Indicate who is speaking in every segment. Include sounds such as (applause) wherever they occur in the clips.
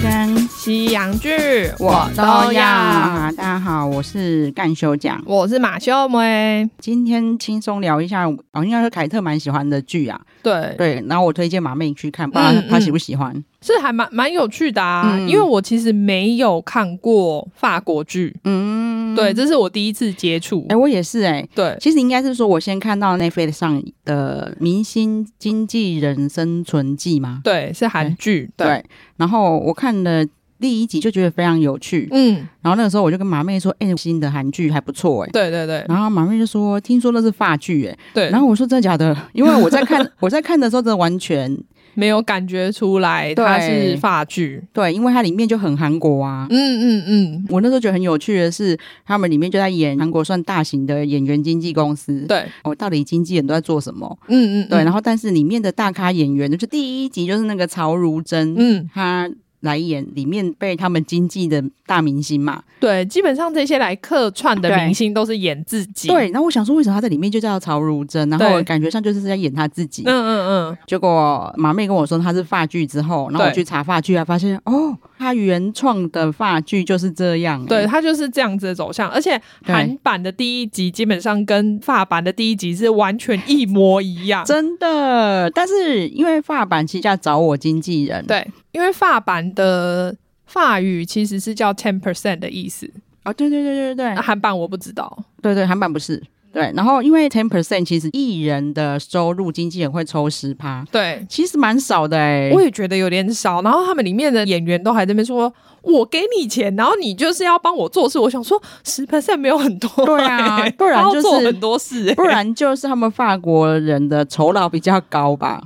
Speaker 1: 圈，
Speaker 2: 西洋剧我都要。
Speaker 1: 大家好，我是干休奖。
Speaker 2: 我是马修梅，
Speaker 1: 今天轻松聊一下，哦，应该是凯特蛮喜欢的剧啊。
Speaker 2: 对，
Speaker 1: 对，然后我推荐马妹去看，不知道
Speaker 2: 嗯
Speaker 1: 她
Speaker 2: 嗯
Speaker 1: 喜不喜欢。
Speaker 2: 是还蛮蛮有趣的啊、
Speaker 1: 嗯
Speaker 2: 因为我其实没有看过法国剧，
Speaker 1: 嗯，
Speaker 2: 对，这是我第一次接触
Speaker 1: 哎、。我也是哎、
Speaker 2: 对，
Speaker 1: 其实应该是说，我先看到 Netflix 上的《明星经纪人生存记》嘛，
Speaker 2: 对，是韩剧，对，
Speaker 1: 哎对。然后我看了第一集就觉得非常有趣，
Speaker 2: 嗯，
Speaker 1: 然后那个时候我就跟马妹说：“哎、新的韩剧还不错哎、
Speaker 2: 对对对
Speaker 1: 然后马妹就说：“听说那是法剧哎、
Speaker 2: 对，
Speaker 1: 然后我说：“真的假的？”因为我在看
Speaker 2: (laughs)
Speaker 1: 我在看的时候，真的完全
Speaker 2: 没有感觉出来
Speaker 1: 对
Speaker 2: 它是法剧。
Speaker 1: 对，因为它里面就很韩国啊。
Speaker 2: 嗯嗯嗯，
Speaker 1: 我那时候觉得很有趣的是，他们里面就在演韩国算大型的演员经纪公司。
Speaker 2: 对，
Speaker 1: 哦，到底经纪人都在做什么？
Speaker 2: 嗯嗯，
Speaker 1: 对，
Speaker 2: 嗯
Speaker 1: 然后但是里面的大咖演员，就第一集就是那个曹如真，
Speaker 2: 嗯，
Speaker 1: 她来演里面被他们经纪的大明星嘛。
Speaker 2: 对，基本上这些来客串的
Speaker 1: 对
Speaker 2: 明星都是演自己。
Speaker 1: 对，，然后我想说，为什么她在里面就叫曹如真？然后
Speaker 2: 对
Speaker 1: 我感觉上就是在演她自己。
Speaker 2: 嗯嗯嗯，
Speaker 1: 结果马妹跟我说她是发剧之后，然后我
Speaker 2: 对
Speaker 1: 去查发剧，还发现哦，她原创的发剧就是这样。
Speaker 2: 对，，它就是这样子的走向，而且
Speaker 1: 对
Speaker 2: 韩版的第一集基本上跟法版的第一集是完全一模一样。
Speaker 1: 真的。但是因为发版旗下找我经纪人，，
Speaker 2: 对，因为法版的法语其实是叫 ten percent 的意思，
Speaker 1: 哦，对对对对对
Speaker 2: 那
Speaker 1: 对
Speaker 2: 韩版我不知道。
Speaker 1: 对对，韩版不是。对，然后因为 ten percent 其实艺人的收入，经纪人会抽十趴，
Speaker 2: 对，
Speaker 1: 其实蛮少的哎、
Speaker 2: 我也觉得有点少。然后他们里面的演员都还在那边说：“我给你钱，然后你就是要帮我做事。”我想说，十 percent 没有很
Speaker 1: (laughs)
Speaker 2: 多、
Speaker 1: 对啊
Speaker 2: 欸
Speaker 1: 不然
Speaker 2: 他要
Speaker 1: 就是嗯
Speaker 2: 做很多事、欸
Speaker 1: 不然就是他们法国人的酬劳比较高吧？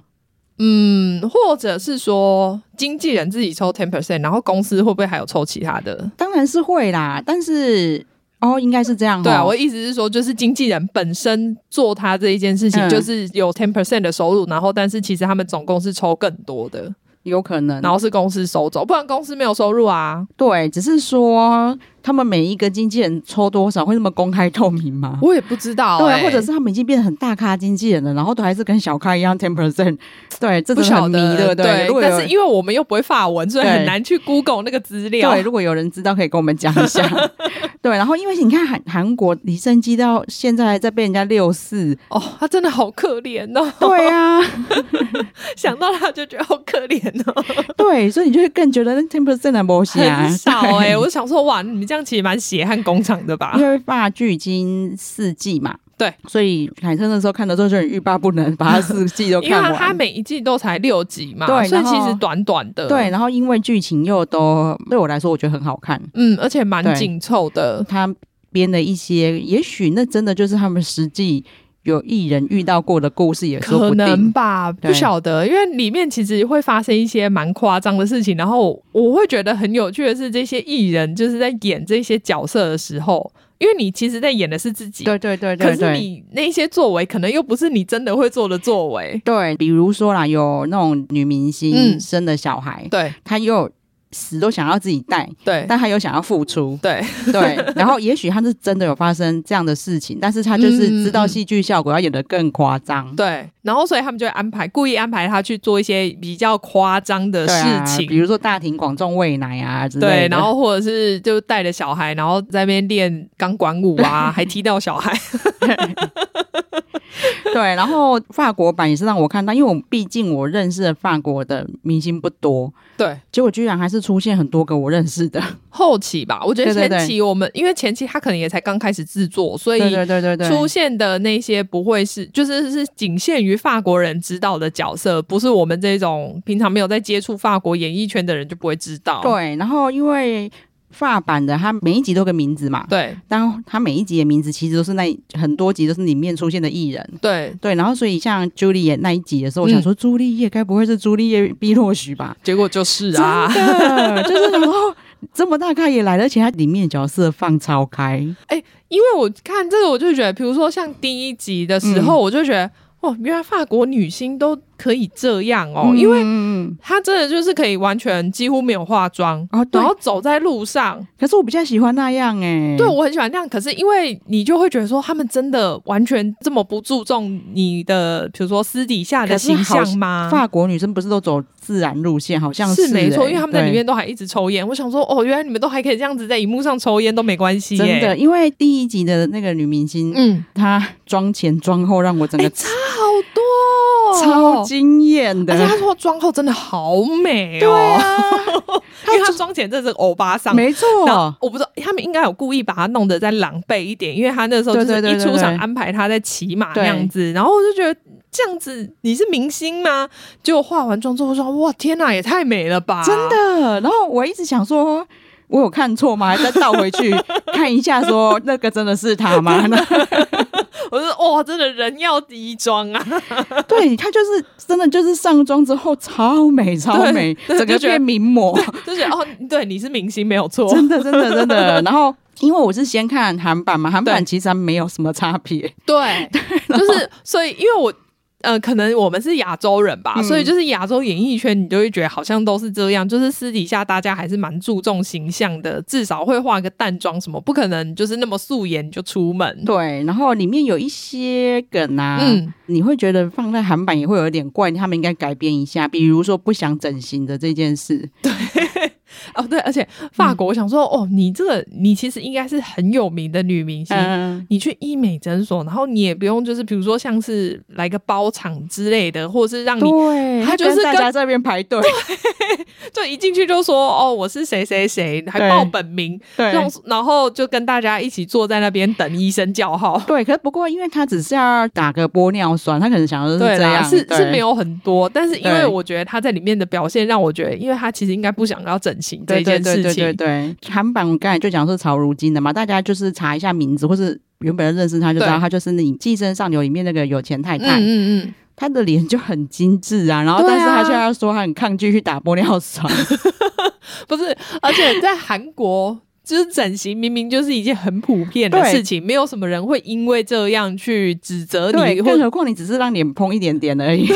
Speaker 2: 嗯，或者是说经纪人自己抽 ten percent，然后公司会不会还有抽其他的？
Speaker 1: 当然是会啦，但是哦，应该是这样哦。
Speaker 2: 对啊，我的意思是说，就是经纪人本身做他这一件事情，
Speaker 1: 嗯
Speaker 2: 就是有 ten percent 的收入，然后但是其实他们总共是抽更多的，
Speaker 1: 有可能
Speaker 2: 然后是公司收走，不然公司没有收入啊。
Speaker 1: 对，只是说他们每一个经纪人抽多少会那么公开透明吗？
Speaker 2: 我也不知道、
Speaker 1: (laughs) 对啊，
Speaker 2: 欸
Speaker 1: 或者是他们已经变得很大咖经纪人了，然后都还是跟小咖一样 ten percent，对，这
Speaker 2: 不
Speaker 1: 真的
Speaker 2: 晓
Speaker 1: 很迷
Speaker 2: 得，
Speaker 1: 的，对。如果有
Speaker 2: 但是因为我们又不会法文，所以
Speaker 1: 对
Speaker 2: 很难去 Google 那个资料。
Speaker 1: 对，如果有人知道，可以跟我们讲一
Speaker 2: (laughs)
Speaker 1: 下。对，然后因为你看韩韩国李胜基到现在还在被人家六
Speaker 2: (laughs)
Speaker 1: 四，
Speaker 2: 哦，他真的好可怜哦，
Speaker 1: 对啊，
Speaker 2: 想到他就觉得好可怜
Speaker 1: (laughs)
Speaker 2: 哦，
Speaker 1: 对，所以你就会更觉得那 ten percent 的模型啊
Speaker 2: 很，
Speaker 1: (laughs)
Speaker 2: 少哎、我想说，哇，你们这样其实蛮血汗工厂的吧
Speaker 1: 因？为法剧已经四季嘛，
Speaker 2: 对，
Speaker 1: 所以凯特那时候看的时候就很欲罢不能，把它四季都
Speaker 2: 因为
Speaker 1: 看
Speaker 2: 它
Speaker 1: 完
Speaker 2: 它。每一季都才六集嘛，
Speaker 1: 对
Speaker 2: 所以
Speaker 1: 然后
Speaker 2: 其实短短的，
Speaker 1: 对，，然后因为剧情又都对我来说，我觉得很好看。
Speaker 2: 嗯，而且蛮
Speaker 1: 对
Speaker 2: 紧凑的，
Speaker 1: 他编的一些，也许那真的就是他们实际有艺人遇到过的故事，也说
Speaker 2: 可
Speaker 1: 不
Speaker 2: 能
Speaker 1: 定。
Speaker 2: 吧，不
Speaker 1: 对
Speaker 2: 晓得，因为里面其实会发生一些蛮夸张的事情，然后我会觉得很有趣的是，这些艺人就是在演这些角色的时候，因为你其实在演的是自己，
Speaker 1: 对对对
Speaker 2: 可
Speaker 1: 对
Speaker 2: 是
Speaker 1: 对。
Speaker 2: 你那些作为可能又不是你真的会做的作为，
Speaker 1: 对，比如说啦，有那种女明星
Speaker 2: 嗯
Speaker 1: 生的小孩，
Speaker 2: 对
Speaker 1: 她又死都想要自己带，
Speaker 2: 对
Speaker 1: 但她又想要付
Speaker 2: (laughs)
Speaker 1: 出，
Speaker 2: 对，
Speaker 1: 对。然后也许她是真的有发生这样的事情，但是她
Speaker 2: 嗯
Speaker 1: 就是知道戏剧效果要演得更夸张，
Speaker 2: 对，然后所以他们就会安排故意安排他去做一些比较夸张的
Speaker 1: 对啊
Speaker 2: 事情，
Speaker 1: 比如说大庭广众喂奶啊之类
Speaker 2: 对
Speaker 1: 的。，
Speaker 2: 然后或者是就带着小孩，然后在那边练钢管舞
Speaker 1: (laughs)
Speaker 2: 啊，还踢到小孩。
Speaker 1: (laughs) 对，然后法国版也是让我看到，因为我毕竟我认识的法国的明星不多，
Speaker 2: 对，
Speaker 1: 结果居然还是出现很多个我认识的。
Speaker 2: 后期吧，我觉得
Speaker 1: 对对对
Speaker 2: 前期我们因为前期他可能也才刚开始制作，所以
Speaker 1: 对对对对对，
Speaker 2: 出现的那些不会是就是是仅限于法国人知道的角色，不是我们这种平常没有在接触法国演艺圈的人就不会知道。
Speaker 1: 对，然后因为法版的它每一集都有个名字嘛，
Speaker 2: 对
Speaker 1: 但它每一集的名字其实都是那很多集都是里面出现的艺人。
Speaker 2: 对，
Speaker 1: 对，然后所以像朱丽叶那一集的时候，我想
Speaker 2: 嗯
Speaker 1: 说朱丽叶该不会是朱丽叶碧洛许
Speaker 2: (laughs)
Speaker 1: 吧？
Speaker 2: 结果就是啊，
Speaker 1: 真的，就是然后这么大咖也来了，而且它里面角色放超开，
Speaker 2: 因为我
Speaker 1: 嗯
Speaker 2: 看这个我就觉得，比如说像第一集的时候，我就觉得。哦，原来法国女星都可以这样哦，
Speaker 1: 嗯
Speaker 2: 因为
Speaker 1: 嗯嗯
Speaker 2: 他真的就是可以完全几乎没有化妆，
Speaker 1: 哦对
Speaker 2: 然后走在路上，
Speaker 1: 可是我比较喜欢那样哎、
Speaker 2: 对我很喜欢那样。可是因为你就会觉得说，他们真的完全这么不注重你的，比如说私底下的
Speaker 1: 可是
Speaker 2: 形
Speaker 1: 好
Speaker 2: 象吗？
Speaker 1: 法国女生不是都走自然路线，好像
Speaker 2: 啊是没
Speaker 1: 欸
Speaker 2: 错，因为他们在里
Speaker 1: 对
Speaker 2: 面都还一直抽烟。我想说，哦，原来你们都还可以这样子在荧幕上抽烟都没关系、
Speaker 1: 真
Speaker 2: 耶
Speaker 1: 的，因为第一集的那个女明星，
Speaker 2: 嗯，
Speaker 1: 她妆前妆后让我整
Speaker 2: 哎、
Speaker 1: 个
Speaker 2: 差好多、哦
Speaker 1: 超，惊艳的
Speaker 2: 而。且他说妆后真的好美
Speaker 1: 对
Speaker 2: 哦、
Speaker 1: 啊，
Speaker 2: 因为他妆前真的是欧巴桑。
Speaker 1: 没错，
Speaker 2: 然后我不知道他们应该有故意把他弄得再狼狈一点，因为他那时候就
Speaker 1: 对对
Speaker 2: 是
Speaker 1: 对
Speaker 2: 一出
Speaker 1: 对
Speaker 2: 场
Speaker 1: 对
Speaker 2: 安排他在骑马那
Speaker 1: 对
Speaker 2: 样子，然后我就觉得这样子你是明星吗？结果化完妆之后说哇天哪，也太美了吧！
Speaker 1: 真
Speaker 2: 啊
Speaker 1: 的。然后我一直想说。我有看错吗？还再倒回去 (laughs) 看一下，说那个真的是她吗？
Speaker 2: (laughs) 我说哇，真的人要衣装啊， (laughs)
Speaker 1: 对她就是真的，就是上妆之后超美，超美，整
Speaker 2: 对
Speaker 1: 个
Speaker 2: 就觉得
Speaker 1: 变名模。
Speaker 2: (laughs) 就是哦，对，你是明星没有错，
Speaker 1: 真的，真的，真的。 (laughs) 然后，因为我是先看韩版嘛，韩版
Speaker 2: 对
Speaker 1: 其实还没有什么差别。
Speaker 2: 对， (laughs) 就是所以因为我。呃，可能我们是亚洲人吧，
Speaker 1: 嗯
Speaker 2: 所以就是亚洲演艺圈，你就会觉得好像都是这样，就是私底下大家还是蛮注重形象的，至少会化个淡妆什么，不可能就是那么素颜就出门。
Speaker 1: 对，然后里面有一些梗啊，
Speaker 2: 嗯
Speaker 1: 你会觉得放在韩版也会有点怪，他们应该改编一下，比如说不想整形的这件事。
Speaker 2: 哦，对，而且法
Speaker 1: 嗯
Speaker 2: 国，我想说，哦，你这个你其实应该是很有名的女明星，
Speaker 1: 嗯，
Speaker 2: 你去医美诊所，然后你也不用就是比如说像是来个包场之类的，或者是让你
Speaker 1: 对，
Speaker 2: 嗯他就是
Speaker 1: 跟大
Speaker 2: 跟
Speaker 1: 家这边排队，
Speaker 2: 就一进去就说哦，我是谁谁谁，还
Speaker 1: 对
Speaker 2: 报本名，
Speaker 1: 对
Speaker 2: 这种然后就跟大家一起坐在那边等医生叫号。
Speaker 1: 对。可是不过，因为他只是要打个玻尿酸，他可能想的是
Speaker 2: 对
Speaker 1: 这
Speaker 2: 啦，
Speaker 1: 样，
Speaker 2: 是
Speaker 1: 对
Speaker 2: 是没。有很多，但是因为
Speaker 1: 对
Speaker 2: 我觉得他在里面的表现让我觉得，因为他其实应该不想要整形这
Speaker 1: 对对
Speaker 2: 件
Speaker 1: 对
Speaker 2: 事
Speaker 1: 对对
Speaker 2: 情，
Speaker 1: 对，韩版我刚才就讲是曹如金的嘛，大家就是查一下名字，或是原本认识他就知道
Speaker 2: 对
Speaker 1: 他就是你《寄生上流》里面那个有钱太
Speaker 2: 嗯
Speaker 1: 太，
Speaker 2: 嗯嗯，
Speaker 1: 她的脸就很精致啊，然后
Speaker 2: 对啊
Speaker 1: 但是她却要说她很抗拒去打玻尿
Speaker 2: (laughs)
Speaker 1: 酸，
Speaker 2: 不是，而且在韩国。就是整形明明就是一件很普遍的
Speaker 1: 对
Speaker 2: 事情，没有什么人会因为这样去指责
Speaker 1: 对，
Speaker 2: 你，或
Speaker 1: 更何况你只是让脸嘭一点点而
Speaker 2: (laughs)
Speaker 1: 已，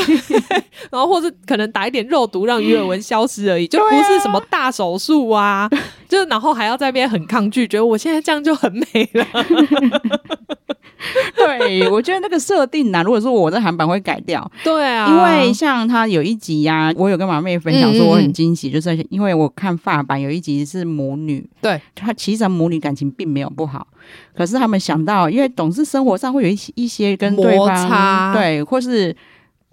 Speaker 2: 然后或是可能打一点肉毒让鱼尾纹消失而已，就不
Speaker 1: 啊
Speaker 2: 是什么大手术啊，就然后还要在那边很抗拒，觉得我现在这样就很美了。 (laughs)
Speaker 1: 对，我觉得那个设定啊，如果说我在韩版会改掉，
Speaker 2: 对啊，
Speaker 1: 因为像他有一集呀、我有跟马妹分享
Speaker 2: 嗯嗯
Speaker 1: 说
Speaker 2: 嗯
Speaker 1: 我很惊喜，就是因为我看法版有一集是母女，
Speaker 2: 对，
Speaker 1: 她其实母女感情并没有不好，可是他们想到，因为总是生活上会有一些一些跟对
Speaker 2: 摩擦
Speaker 1: 方对，或是。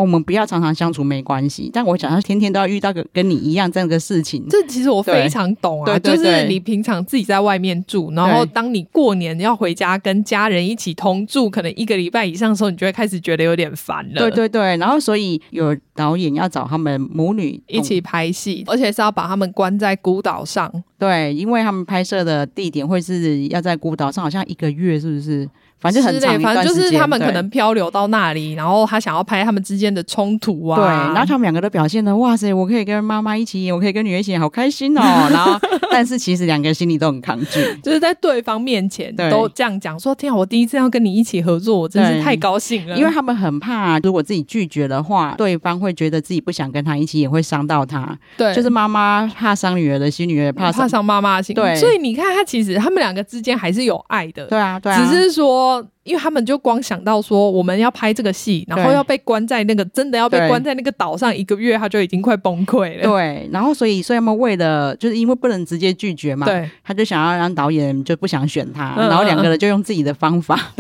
Speaker 1: 我们不要常常相处没关系，但我想他天天都要遇到个跟你一样这样的事情，
Speaker 2: 这其实我非常懂啊，
Speaker 1: 对对对
Speaker 2: 就是你平常自己在外面住，然后
Speaker 1: 对
Speaker 2: 当你过年要回家跟家人一起同住，可能一个礼拜以上的时候，你就会开始觉得有点烦了。
Speaker 1: 对。对对，然后所以有导演要找他们母女
Speaker 2: 一起拍戏，而且是要把他们关在孤岛上，
Speaker 1: 对，因为他们拍摄的地点会是要在孤岛上，好像一个月，是不是？反正就很
Speaker 2: 之类
Speaker 1: 长一
Speaker 2: 反
Speaker 1: 段
Speaker 2: 正
Speaker 1: 时
Speaker 2: 就
Speaker 1: 间。
Speaker 2: 是他们
Speaker 1: 对
Speaker 2: 可能漂流到那里，然后他想要拍他们之间的冲突啊，
Speaker 1: 对，然后他们两个都表现的，哇塞，我可以跟妈妈一起演，我可以跟女儿一起演，好开心
Speaker 2: (laughs)
Speaker 1: 哦。然后，但是其实两个心里都很抗拒。
Speaker 2: 就是在对方面前
Speaker 1: 对
Speaker 2: 都这样讲，说天啊，我第一次要跟你一起合作，我真是
Speaker 1: 对
Speaker 2: 太高兴了。
Speaker 1: 因为他们很怕，如果自己拒绝的话，对方会觉得自己不想跟他一起演，会伤到他。
Speaker 2: 对，
Speaker 1: 就是妈妈怕伤女儿的心，女儿也怕
Speaker 2: 怕
Speaker 1: 伤。
Speaker 2: 伤妈妈的心，
Speaker 1: 对
Speaker 2: 所以你看，他其实他们两个之间还是有爱的，
Speaker 1: 对啊，对啊，
Speaker 2: 只是说，因为他们就光想到说我们要拍这个戏，然后
Speaker 1: 对
Speaker 2: 要被关在那个真的要被
Speaker 1: 对
Speaker 2: 关在那个岛上一个月，他就已经快崩溃了。
Speaker 1: 对。然后，所以，所以他们为了，就是因为不能直接拒绝嘛，
Speaker 2: 对
Speaker 1: 他就想要让导演就不想选他，
Speaker 2: 嗯
Speaker 1: 然后两个人就用自己的方法，
Speaker 2: (laughs)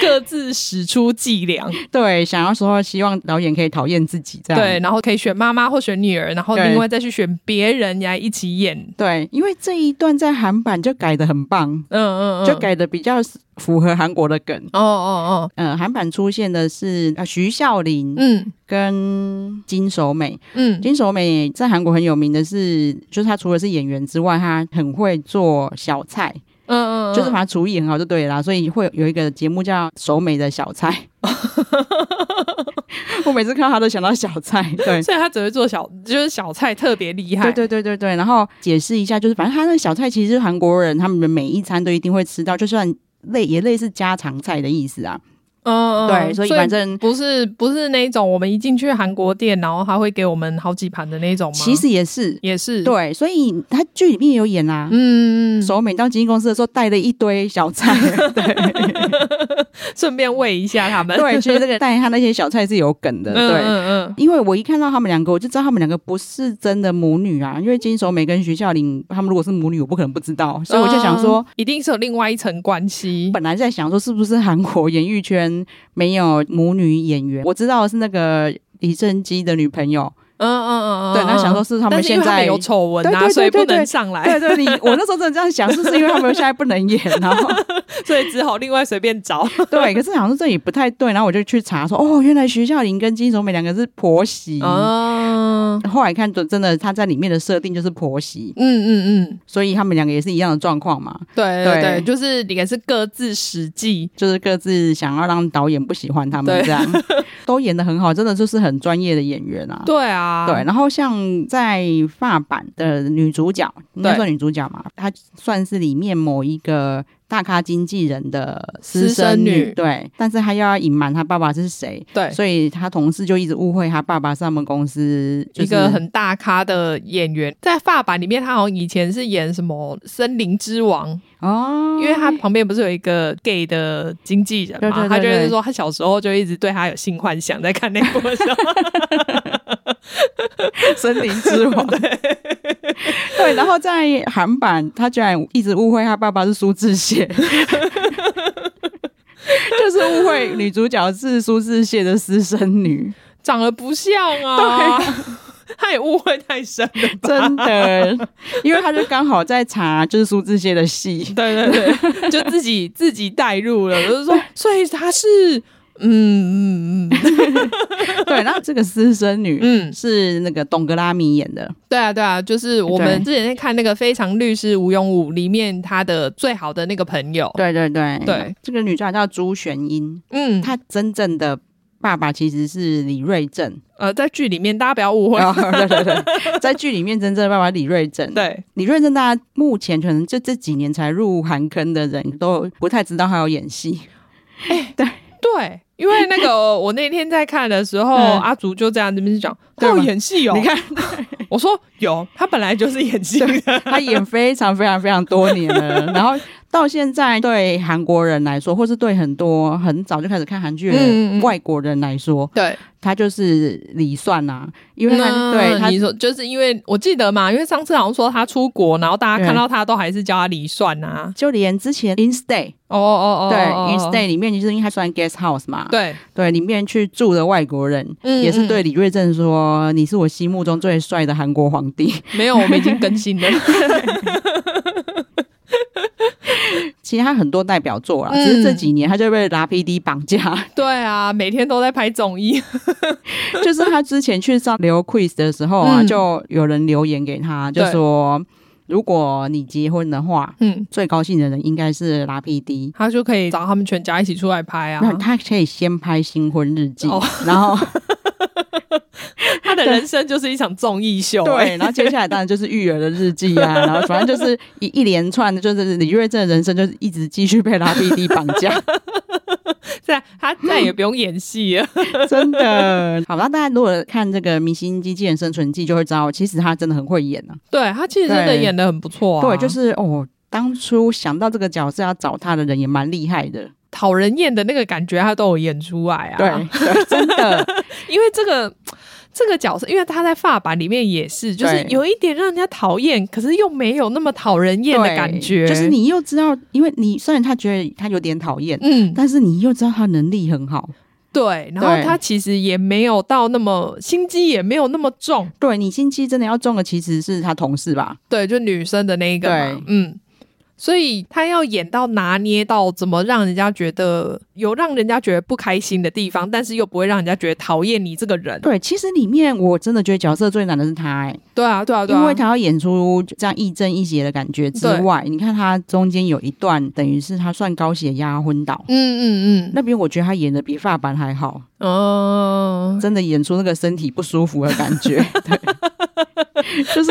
Speaker 2: 各自使出伎俩，
Speaker 1: (laughs) 对，啊想要说希望导演可以讨厌自己这样。
Speaker 2: 嗯对，然后可以选妈妈或选女儿，然后
Speaker 1: 对
Speaker 2: 另外再去选别人来一起演。
Speaker 1: 对因为这一段在韩版就改的很棒，
Speaker 2: 嗯嗯嗯，
Speaker 1: 就改的比较符合韩国的梗。
Speaker 2: 哦哦哦，
Speaker 1: 呃，韩版出现的是呃徐孝琳
Speaker 2: 嗯
Speaker 1: 跟金守美。
Speaker 2: 嗯，
Speaker 1: 金守美在韩国很有名的是，就是她除了是演员之外，她很会做小菜，
Speaker 2: 嗯嗯，
Speaker 1: 就是把她厨艺很好就对了啦。所以会有一个节目叫《守美的小菜》，我每次看到她都想到小菜。
Speaker 2: (laughs)
Speaker 1: 对，
Speaker 2: 所以他只会做小，就是小菜特别厉害。
Speaker 1: 对对对对对，然后解释一下，就是反正他那小菜其实是韩国人他们每一餐都一定会吃到，就算类也类似家常菜的意思啊。
Speaker 2: 嗯，嗯
Speaker 1: 对所以反正
Speaker 2: 不是不是那一种，我们一进去韩国店，然后他会给我们好几盘的那一种吗？
Speaker 1: 其实也是，
Speaker 2: 也是，
Speaker 1: 对，所以他剧里面有演啊。
Speaker 2: 嗯，嗯，嗯
Speaker 1: 首美到经纪公司的时候带了一堆小
Speaker 2: (laughs)
Speaker 1: 菜，
Speaker 2: 顺便喂一下他们。
Speaker 1: 对，其实这个带他那些小菜是有梗的，
Speaker 2: 嗯
Speaker 1: 对。
Speaker 2: 嗯嗯，
Speaker 1: 因为我一看到他们两个，我就知道他们两个不是真的母女啊。因为金守美跟徐孝琳他们如果是母女，我不可能不知道，所以我就想说，
Speaker 2: 嗯，一定是有另外一层关系。
Speaker 1: 本来在想说是不是韩国演艺圈没有母女演员，我知道的是那个李正基的女朋友，
Speaker 2: 嗯嗯嗯嗯，
Speaker 1: 对，那想说是他
Speaker 2: 但
Speaker 1: 们
Speaker 2: 是因
Speaker 1: 现
Speaker 2: 为他
Speaker 1: 在
Speaker 2: 有丑闻
Speaker 1: 对对
Speaker 2: 啊，
Speaker 1: 对
Speaker 2: 所以不
Speaker 1: 对对
Speaker 2: 能上来，
Speaker 1: (laughs) 对对，你我那时候真的这样想，是不是因为他们现在不能演，然
Speaker 2: (laughs)
Speaker 1: 后
Speaker 2: 所以只好另外随便
Speaker 1: (laughs)
Speaker 2: 找。
Speaker 1: 对，可是好像这也不太对，然后我就去查说，哦，原来徐孝琳跟金守美两个是婆媳。
Speaker 2: 啊，
Speaker 1: 后来看，就真的她在里面的设定就是婆媳
Speaker 2: 嗯，嗯嗯，
Speaker 1: 所以他们两个也是一样的状况嘛，
Speaker 2: 对对对，
Speaker 1: 对
Speaker 2: 就是也是各自实际。
Speaker 1: 就是各自想要让导演不喜欢他
Speaker 2: 对
Speaker 1: 们这样， (laughs) 都演的很好，真的就是很专业的演员啊。
Speaker 2: 对啊，
Speaker 1: 对，然后像在发版的女主角，应该
Speaker 2: 对
Speaker 1: 算女主角嘛，她算是里面某一个大咖经纪人的
Speaker 2: 私
Speaker 1: 私
Speaker 2: 生
Speaker 1: 生女，
Speaker 2: 女
Speaker 1: 对，但是她又要隐瞒她爸爸是谁，
Speaker 2: 对，
Speaker 1: 所以她同事就一直误会她爸爸是他们公司、就是、
Speaker 2: 一个很大咖的演员，在发版里面，他好像以前是演什么《森林之王》，
Speaker 1: 哦，
Speaker 2: 因为他旁边不是有一个 gay 的经纪人嘛，
Speaker 1: 对对对
Speaker 2: 他就是
Speaker 1: 对
Speaker 2: 说他小时候就一直对他有性幻想，在看那
Speaker 1: (laughs)
Speaker 2: 部的时候，
Speaker 1: 森林之王，对 (laughs) 对，然后在韩版，她居然一直误会她爸爸是苏志 (laughs) 燮。就是误会女主角是苏志燮的私生女，
Speaker 2: 长得不像
Speaker 1: (laughs)
Speaker 2: 啊，他也误会太深了吧。
Speaker 1: 真的，因为他就刚好在查就是苏志燮的戏，
Speaker 2: 对对对， (laughs) 就自己自己带入了，就是说，所以他是，嗯嗯嗯
Speaker 1: 对，然后这个私生女
Speaker 2: 嗯，
Speaker 1: 是那个董格拉米演的，
Speaker 2: 对啊对啊，就是我们之前在看那个《非常律师吴永武》里面他的最好的那个朋友，
Speaker 1: 对对对
Speaker 2: 对，
Speaker 1: 这个女主角叫朱玄英，
Speaker 2: 嗯，
Speaker 1: 她真正的。爸爸其实是李瑞镇，
Speaker 2: 呃，在剧里面大家不要误会，
Speaker 1: 哦对对对，在剧里面真正的爸爸李瑞镇，
Speaker 2: (laughs) 对，
Speaker 1: 李瑞镇，大家目前可能就这几年才入韩坑的人都不太知道他有演戏，
Speaker 2: 对，因为那
Speaker 1: (laughs)
Speaker 2: 个我那天在看的时候，
Speaker 1: 嗯
Speaker 2: 阿竹就这样这边讲，他
Speaker 1: 对
Speaker 2: 有
Speaker 1: 吗
Speaker 2: 演戏哦。
Speaker 1: 你看，
Speaker 2: 我说有，他本来就是演戏的。
Speaker 1: 他演非常非常非常多年
Speaker 2: (laughs)
Speaker 1: 了，然后到现在对韩国人来说，或是对很多很早就开始看韩剧
Speaker 2: 嗯嗯嗯
Speaker 1: 的外国人来说，
Speaker 2: 对，
Speaker 1: 他就是李算呐、因为他
Speaker 2: 那
Speaker 1: 对他
Speaker 2: 你说，就是因为我记得嘛，因为上次好像说他出国，然后大家
Speaker 1: 对
Speaker 2: 看到他都还是叫他李算啊。
Speaker 1: 就连之前 In Stay
Speaker 2: 哦哦哦，
Speaker 1: 对
Speaker 2: 哦
Speaker 1: In Stay 里面就是因为他算 Guest House 嘛，
Speaker 2: 对，
Speaker 1: 对里面去住的外国人。
Speaker 2: 嗯
Speaker 1: 也是对
Speaker 2: 嗯
Speaker 1: 李瑞镇说：“你是我心目中最帅的韩国皇帝。
Speaker 2: 没有，我们已经
Speaker 1: (laughs)
Speaker 2: 更新了。
Speaker 1: 其实他很多代表作啦，
Speaker 2: 嗯
Speaker 1: 只是这几年他就被拉 PD 绑架， (laughs)
Speaker 2: 对啊，每天都在拍综艺。
Speaker 1: 就是他之前去上留 quiz 的时候啊，
Speaker 2: 嗯
Speaker 1: 就有人留言给他，就
Speaker 2: 对
Speaker 1: 说如果你结婚的话，
Speaker 2: 嗯，
Speaker 1: 最高兴的人应该是拉 PD。
Speaker 2: 他就可以找他们全家一起出来拍
Speaker 1: 那
Speaker 2: 啊。
Speaker 1: 他可以先拍新婚日记，
Speaker 2: 哦
Speaker 1: 然
Speaker 2: (laughs)
Speaker 1: 后
Speaker 2: 他的人生就是一场综艺秀。
Speaker 1: 对，
Speaker 2: 哎
Speaker 1: 然后接下来当然就是育儿的日记啊，
Speaker 2: (laughs)
Speaker 1: 然后反正就是一一连串的，就是李瑞镇的人生就是一直继续被拉 PD 绑架，
Speaker 2: (laughs) 这样 (gasps) 他再也不用演戏了。 (laughs)
Speaker 1: 真的。好，那大家如果看这个《明星机器人生存记》，就会知道，其实他真的很会演啊。
Speaker 2: 对他其实真的
Speaker 1: 对
Speaker 2: 演的很不错、啊，
Speaker 1: 对，就是哦，当初想到这个角色要找他的人也蛮厉害的。
Speaker 2: 讨人厌的那个感觉，他都有演出来啊。
Speaker 1: 对，对 (laughs) 真 (laughs) 的，
Speaker 2: 因为这个这个角色，因为他在发版里面也是，就是
Speaker 1: 对
Speaker 2: 有一点让人家讨厌，可是又没有那么讨人厌的
Speaker 1: 对
Speaker 2: 感觉。
Speaker 1: 就是，你又知道，因为你虽然他觉得他有点讨厌，
Speaker 2: 嗯，
Speaker 1: 但是你又知道他能力很好，
Speaker 2: 对。然后
Speaker 1: 对
Speaker 2: 他其实也没有到那么心机，也没有那么重。
Speaker 1: 对你心机真的要中的其实是他同事吧？
Speaker 2: 对，就女生的那一个嘛
Speaker 1: 对，
Speaker 2: 嗯。所以他要演到拿捏到怎么让人家觉得有让人家觉得不开心的地方，但是又不会让人家觉得讨厌你这个人。
Speaker 1: 对，其实里面我真的觉得角色最难的是他、欸，
Speaker 2: 对啊，对啊，对啊，
Speaker 1: 因为他要演出这样亦正亦邪的感觉之
Speaker 2: 对
Speaker 1: 外，你看他中间有一段，等于是他算高血压昏倒。
Speaker 2: 嗯嗯嗯，
Speaker 1: 那边我觉得他演的比发版还好，(laughs)
Speaker 2: 哦，
Speaker 1: 真的演出那个身体不舒服的感觉。对就是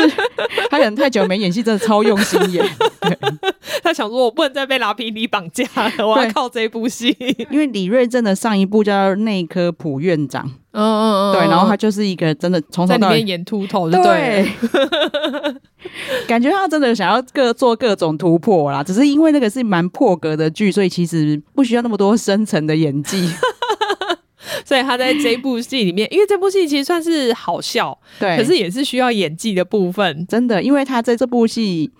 Speaker 1: 他可能太久没演戏，真的超用心演。
Speaker 2: (laughs) 他想说，我不能再被拉皮尼绑架了，我要
Speaker 1: 对
Speaker 2: 靠这部 (laughs) 戏。
Speaker 1: (laughs) 因为李瑞镇的上一部叫《内科普院长》，
Speaker 2: 嗯嗯嗯，
Speaker 1: 对，然后他就是一个真的从
Speaker 2: 哦在
Speaker 1: 头
Speaker 2: 里
Speaker 1: 到尾
Speaker 2: 面演秃头就对了，
Speaker 1: (laughs) 感觉他真的想要各做各种突破啦，只是因为那个是蛮破格的剧，所以其实不需要那么多深层的演 (laughs) 技。
Speaker 2: 所以他在这部戏里面，因为这部戏其实算是好笑，
Speaker 1: 对，
Speaker 2: 可是也是需要演技的部分。
Speaker 1: 真的，因为他在这部戏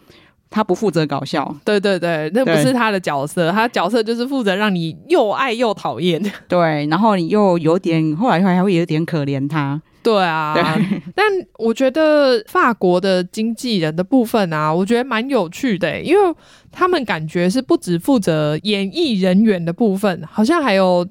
Speaker 1: 他不负责搞笑，
Speaker 2: 对对对，那不
Speaker 1: 对
Speaker 2: 是他的角色，他的角色就是负责让你又爱又讨厌。 (laughs)
Speaker 1: 对，然后你又有点后来还会有点可怜他，
Speaker 2: 对啊，但我觉得法国的经纪人的部分啊，我觉得蛮有趣的欸、因为他们感觉是不只负责演艺人员的部分，好像还有。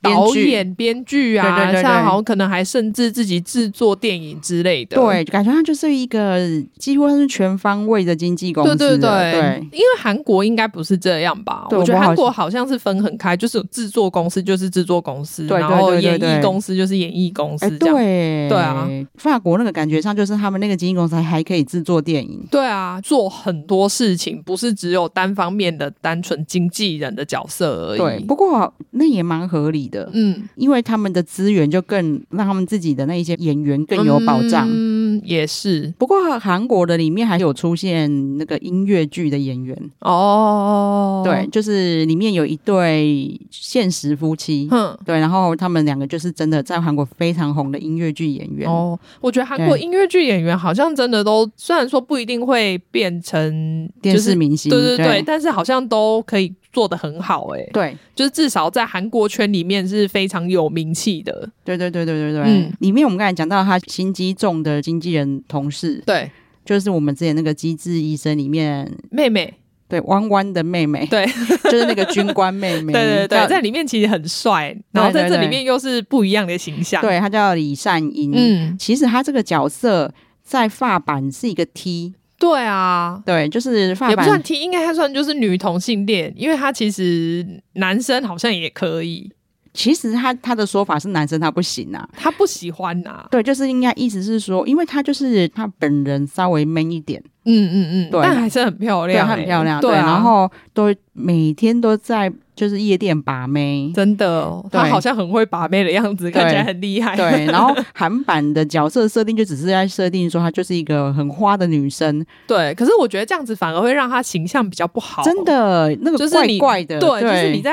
Speaker 2: 导
Speaker 1: 编剧
Speaker 2: 演、编剧啊，
Speaker 1: 对对对对
Speaker 2: 像好像可能还甚至自己制作电影之类的。
Speaker 1: 对，感觉他就是一个几乎他是全方位的经纪公司
Speaker 2: 对
Speaker 1: 了，
Speaker 2: 对
Speaker 1: 对
Speaker 2: 因为韩国应该不是这样吧？
Speaker 1: 对
Speaker 2: 我觉
Speaker 1: 我
Speaker 2: 得
Speaker 1: 好
Speaker 2: 韩国好像是分很开，就是有制作公司就是制作公司，
Speaker 1: 对对
Speaker 2: 然后
Speaker 1: 对对
Speaker 2: 演艺
Speaker 1: 对
Speaker 2: 公司就是演艺公
Speaker 1: 哎
Speaker 2: 司，这样。
Speaker 1: 对
Speaker 2: 对啊，
Speaker 1: 法国那个感觉上就是他们那个经纪公司还还可以制作电影，
Speaker 2: 对啊，做很多事情不是只有单方面的单纯经纪人的角色而已。
Speaker 1: 对，不过那也蛮合理的，
Speaker 2: 嗯，
Speaker 1: 因为他们的资源就更让他们自己的那一些演员更有保障。
Speaker 2: 嗯，也是
Speaker 1: 不过韩国的里面还有出现那个音乐剧的演员，
Speaker 2: 哦。
Speaker 1: 对，，就是里面有一对现实夫妻，
Speaker 2: 哼。
Speaker 1: 对，然后他们两个就是真的在韩国非常红的音乐剧演员。
Speaker 2: 哦，我觉得韩国
Speaker 1: 对
Speaker 2: 音乐剧演员好像真的都，虽然说不一定会变成
Speaker 1: 电
Speaker 2: 就是
Speaker 1: 视明星，
Speaker 2: 对对对，
Speaker 1: 对
Speaker 2: 但是好像都可以做得很好、欸，
Speaker 1: 对
Speaker 2: 就是至少在韩国圈里面是非常有名气的。
Speaker 1: 对对对对对对，
Speaker 2: 嗯
Speaker 1: 里面我们刚才讲到他心机重的经纪人同事，
Speaker 2: 对，
Speaker 1: 就是我们之前那个《机智医生》里面
Speaker 2: 妹妹，
Speaker 1: 对弯弯的妹妹，
Speaker 2: 对
Speaker 1: (laughs) 就是那个军官妹妹，
Speaker 2: (laughs) 对对对，
Speaker 1: 叫
Speaker 2: 在里面其实很帅，然后在
Speaker 1: 对
Speaker 2: 这
Speaker 1: 对
Speaker 2: 里
Speaker 1: 对
Speaker 2: 面又是不一样的形象。，
Speaker 1: 对，她叫李善英。
Speaker 2: 嗯，
Speaker 1: 其实她这个角色在发版是一个 T，
Speaker 2: 对啊。
Speaker 1: 对，就是发
Speaker 2: 也不
Speaker 1: 版
Speaker 2: 算 T，应该他算就是女同性恋，因为他其实男生好像也可以，
Speaker 1: 其实他他的说法是男生他不行啊。
Speaker 2: 他不喜欢呐、啊。
Speaker 1: 对，就是应该意思是说，因为他就是他本人稍微 man 一点，
Speaker 2: 嗯嗯嗯，
Speaker 1: 对
Speaker 2: 但还是很漂
Speaker 1: 对，
Speaker 2: 亮、
Speaker 1: 她很漂亮，
Speaker 2: 欸对啊、
Speaker 1: 然后都每天都在就是夜店把
Speaker 2: (laughs)
Speaker 1: 妹，
Speaker 2: 真的哦，他
Speaker 1: 对
Speaker 2: 好像很会把妹的样子，看起来很厉害。
Speaker 1: 对，然后韩版的角色设定就只是在设定说她就是一个很花的女生，
Speaker 2: (laughs) 对，可是我觉得这样子反而会让他形象比较不好，
Speaker 1: 真的那
Speaker 2: 就
Speaker 1: 个
Speaker 2: 是
Speaker 1: 怪
Speaker 2: 你
Speaker 1: 怪的，
Speaker 2: 对，就是你在，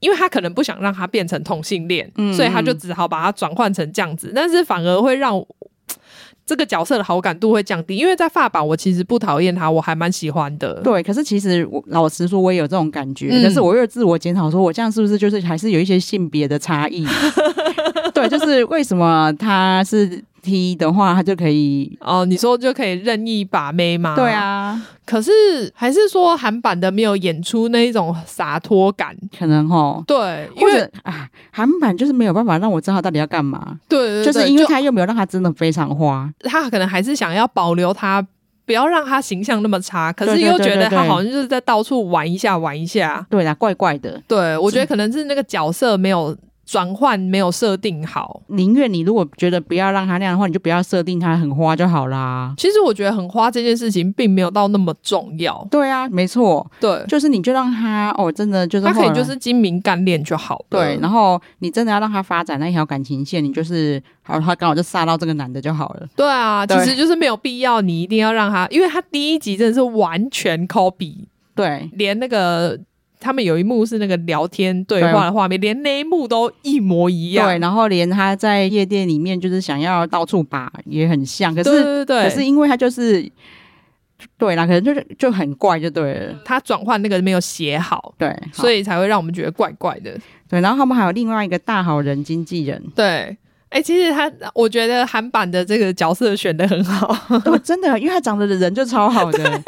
Speaker 2: 因为他可能不想让他变成同性恋，
Speaker 1: 嗯
Speaker 2: 所以他就只好把它转换成这样子，但是反而会让我这个角色的好感度会降低，因为在发版我其实不讨厌他，我还蛮喜欢的。
Speaker 1: 对，可是其实我老实说，我也有这种感觉，
Speaker 2: 嗯
Speaker 1: 但是我又自我检讨，说我这样是不是就是还是有一些性别的差
Speaker 2: (laughs)
Speaker 1: 异？对，就是为什么他是 T 的话，他就可以？
Speaker 2: 哦，你说就可以任意把妹吗？
Speaker 1: 对，啊，
Speaker 2: 可是还是说韩版的没有演出那一种洒脱感，
Speaker 1: 可能哦。
Speaker 2: 对，因
Speaker 1: 或
Speaker 2: 为
Speaker 1: 者啊，韩版就是没有办法让我知道他到底要干嘛，
Speaker 2: 对对
Speaker 1: 就
Speaker 2: 对，
Speaker 1: 是因为
Speaker 2: 就
Speaker 1: 他又没有让他真的非常花，
Speaker 2: 他可能还是想要保留他，不要让他形象那么差，可是
Speaker 1: 对对
Speaker 2: 又
Speaker 1: 对
Speaker 2: 觉得
Speaker 1: 对
Speaker 2: 他
Speaker 1: 对
Speaker 2: 好像就是在到处玩一下玩一下。
Speaker 1: 对啦，怪怪的。
Speaker 2: 对，我觉得可能是那个角色没有转换，没有设定好。
Speaker 1: 宁愿你如果觉得不要让他那样的话，你就不要设定他很花就好啦。
Speaker 2: 其实我觉得很花这件事情并没有到那么重要。
Speaker 1: 对啊，没错，
Speaker 2: 对，
Speaker 1: 就是你就让他哦，真的就是
Speaker 2: 他可
Speaker 1: 后
Speaker 2: 以
Speaker 1: 来
Speaker 2: 就是精明干练就好了。
Speaker 1: 对，然后你真的要让他发展那一条感情线，你就是好，他刚好就杀到这个男的就好了。
Speaker 2: 对啊，其
Speaker 1: 对
Speaker 2: 实就是没有必要，你一定要让他，因为他第一集真的是完全 copy，
Speaker 1: 对，
Speaker 2: 连那个。他们有一幕是那个聊天对话的画面，连那一幕都一模一样。
Speaker 1: 对，然后连他在夜店里面就是想要到处把也很像，可
Speaker 2: 对
Speaker 1: 是
Speaker 2: 对对，
Speaker 1: 可是因为他就是对啦，可能就是就很怪就对了，
Speaker 2: 他转换那个没有写好，
Speaker 1: 对，
Speaker 2: 所
Speaker 1: 以
Speaker 2: 以才会让我们觉得怪怪的。
Speaker 1: 对，然后他们还有另外一个大好人经纪
Speaker 2: (laughs)
Speaker 1: 人，
Speaker 2: 对，哎、其实他，我觉得韩版的这个角色选的很好，
Speaker 1: 对，真
Speaker 2: 啊
Speaker 1: 的，因为他长得人就超好的，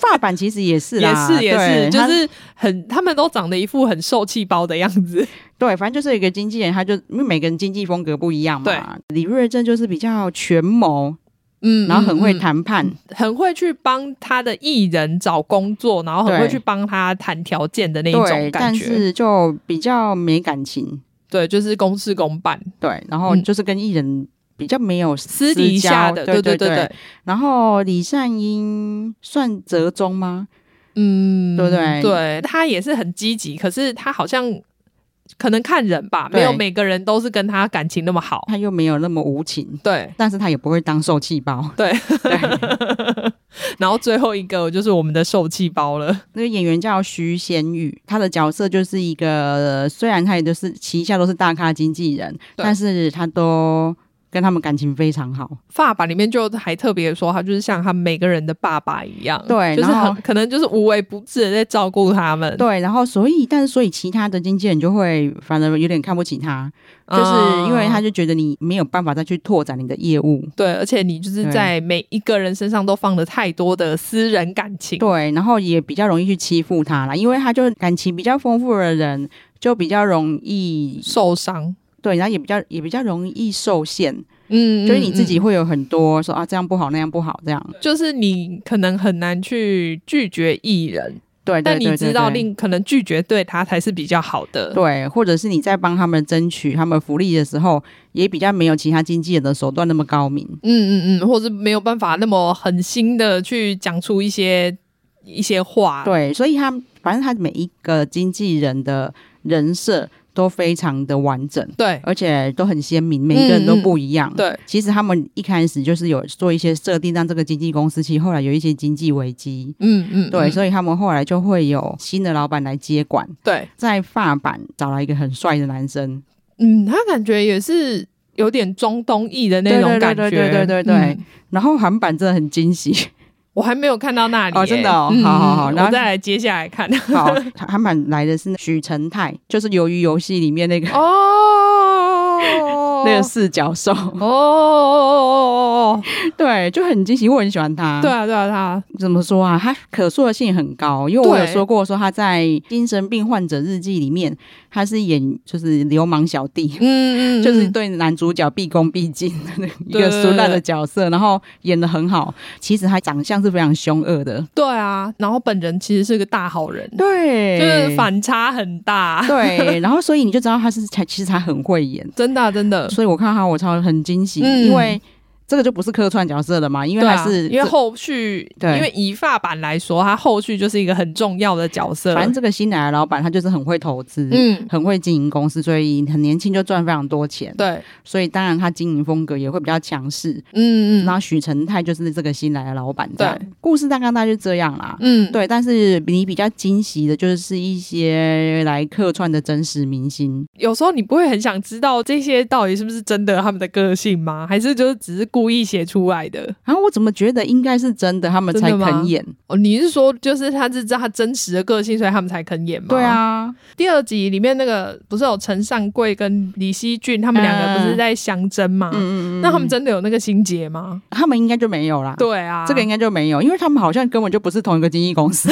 Speaker 1: 发版其实也是
Speaker 2: 也
Speaker 1: 啦，
Speaker 2: 是也是，
Speaker 1: 对
Speaker 2: 就
Speaker 1: 他
Speaker 2: 是很，他们都长得一副很受气包的样
Speaker 1: (laughs)
Speaker 2: 子。
Speaker 1: 对，反正就是有一个经纪人，他就因为每个人经济风格不一样嘛，李瑞镇就是比较权谋，
Speaker 2: 嗯
Speaker 1: 然后很会
Speaker 2: 嗯
Speaker 1: 谈判，
Speaker 2: 嗯很会去帮他的艺人找工作，然后很会
Speaker 1: 对
Speaker 2: 去帮他谈条件的那一
Speaker 1: 对，
Speaker 2: 种感
Speaker 1: 但
Speaker 2: 觉。
Speaker 1: 是就比较没感情，
Speaker 2: 对，就是公事公办。
Speaker 1: 对，然后
Speaker 2: 嗯
Speaker 1: 就是跟艺人比较没有私
Speaker 2: 私底下
Speaker 1: 交
Speaker 2: 的，
Speaker 1: 对
Speaker 2: 对
Speaker 1: 对。
Speaker 2: 对，
Speaker 1: 然后李善英算折中吗？
Speaker 2: 嗯，
Speaker 1: 对不对
Speaker 2: 对他也是很积极，可是他好像可能看人吧，
Speaker 1: 对
Speaker 2: 没有每个人都是跟他感情那么好。
Speaker 1: 他又没有那么无情，
Speaker 2: 对
Speaker 1: 但是他也不会当受气包。
Speaker 2: 对，
Speaker 1: (laughs) 对，
Speaker 2: 然后最后一个就是我们的受气包了，
Speaker 1: 那个演员叫徐贤宇，他的角色就是一个，呃虽然他也就是旗下都是大咖经纪人，
Speaker 2: 对
Speaker 1: 但是他都跟他们感情非常好。
Speaker 2: 爸爸里面就还特别说他就是像他每个人的爸爸一样，
Speaker 1: 对
Speaker 2: 就是
Speaker 1: 然后
Speaker 2: 很可能就是无微不至的在照顾他们，
Speaker 1: 对，然后所以，但是所以其他的经纪人就会反而有点看不起他，就是因为他
Speaker 2: 嗯。
Speaker 1: 就觉得你没有办法再去拓展你的业务。
Speaker 2: 对，而且你就是
Speaker 1: 对
Speaker 2: 在每一个人身上都放了太多的私人感情，
Speaker 1: 对，然后也比较容易去欺负他啦，因为他就感情比较丰富的人，就比较容易
Speaker 2: 受伤。
Speaker 1: 对，然后也比较也比较容易受限，
Speaker 2: 嗯
Speaker 1: 就是你自
Speaker 2: 嗯
Speaker 1: 己会有很多说啊这样不好那样不好这样，
Speaker 2: 就是你可能很难去拒绝艺人，
Speaker 1: 对，对
Speaker 2: 但你
Speaker 1: 对
Speaker 2: 知
Speaker 1: 对
Speaker 2: 道
Speaker 1: 对
Speaker 2: 另可能拒绝对他才是比较好的。
Speaker 1: 对，或者是你在帮他们争取他们福利的时候，也比较没有其他经纪人的手段那么高明。
Speaker 2: 嗯嗯嗯，或是没有办法那么狠心的去讲出一些一些话。，
Speaker 1: 对，所以他反正他每一个经纪人的人设都非常的完整，
Speaker 2: 对
Speaker 1: 而且都很鲜明，每一个人都不一样。
Speaker 2: 对
Speaker 1: 其实他们一开始就是有做一些设定，让这个经纪公司其实后来有一些经济危机。
Speaker 2: 嗯嗯，
Speaker 1: 对，
Speaker 2: 嗯
Speaker 1: 所以他们后来就会有新的老板来接管，
Speaker 2: 对，
Speaker 1: 在发版找来一个很帅的男生，
Speaker 2: 嗯，他感觉也是有点中东裔的那种
Speaker 1: 对对
Speaker 2: 感
Speaker 1: 对
Speaker 2: 觉。
Speaker 1: 对对对对
Speaker 2: 嗯
Speaker 1: 然后韩版真的很惊喜。
Speaker 2: 我还没有看到那里、
Speaker 1: 哦真的哦
Speaker 2: 欸
Speaker 1: 好好好
Speaker 2: 嗯
Speaker 1: 然后
Speaker 2: 我再来接下来看。
Speaker 1: (laughs) 好，韩版来的是许成泰，就是《鱿鱼游戏》里面那个、，
Speaker 2: (laughs) 哦
Speaker 1: 那个四角兽，
Speaker 2: (laughs) 哦哦哦哦哦
Speaker 1: 对，就很惊喜，我很喜欢他。
Speaker 2: 哦，对啊对啊对啊，
Speaker 1: 怎么说啊？他可塑性很高，因为我有
Speaker 2: 对
Speaker 1: 说过，说他在《精神病患者日记》里面，他是演就是流氓小弟，
Speaker 2: 嗯嗯，
Speaker 1: 就是
Speaker 2: 嗯
Speaker 1: 对男主角毕恭毕敬
Speaker 2: (laughs)
Speaker 1: 的一
Speaker 2: 对
Speaker 1: 个俗烂的角色，然后演的很好。其实他长相是非常凶恶的，
Speaker 2: 对啊，然后本人其实是个大好人，
Speaker 1: 对
Speaker 2: 就是反差很大，
Speaker 1: 对，然后所以你就知道他是才，其实他很会演。
Speaker 2: (laughs) 真的啊、真的。
Speaker 1: 所以我看到他，我超很惊喜，
Speaker 2: 嗯
Speaker 1: 因为这个就不是客串角色了嘛，因为
Speaker 2: 对
Speaker 1: 他
Speaker 2: 啊，
Speaker 1: 是
Speaker 2: 因为后续，
Speaker 1: 对
Speaker 2: 因为以发版来说，他后续就是一个很重要的角色。
Speaker 1: 反正这个新来的老板，他就是很会投资，
Speaker 2: 嗯，
Speaker 1: 很会经营公司，所以很年轻就赚非常多钱。
Speaker 2: 对，
Speaker 1: 所以当然他经营风格也会比较强势。
Speaker 2: 嗯嗯，
Speaker 1: 然后许成泰就是这个新来的老板，这样
Speaker 2: 对
Speaker 1: 故事大纲大概就这样啦。
Speaker 2: 嗯，
Speaker 1: 对，但是你比较惊喜的就是一些来客串的真实明星，
Speaker 2: 有时候你不会很想知道这些到底是不是真的他们的个性吗？还是就是只是故意写出来的？
Speaker 1: 然后我怎么觉得应该是真的，他们才
Speaker 2: 真的吗
Speaker 1: 肯演。
Speaker 2: 哦，你是说就是他是知道他真实的个性，所以他们才肯演吗？
Speaker 1: 对，啊，
Speaker 2: 第二集里面那个不是有陈尚贵跟李熙俊他们两个不是在相争吗？
Speaker 1: 嗯嗯嗯，
Speaker 2: 那他们真的有那个心结吗？
Speaker 1: 他们应该就没有啦。
Speaker 2: 对啊，
Speaker 1: 这个应该就没有，因为他们好像根本就不是同一个经纪公 (laughs) 司。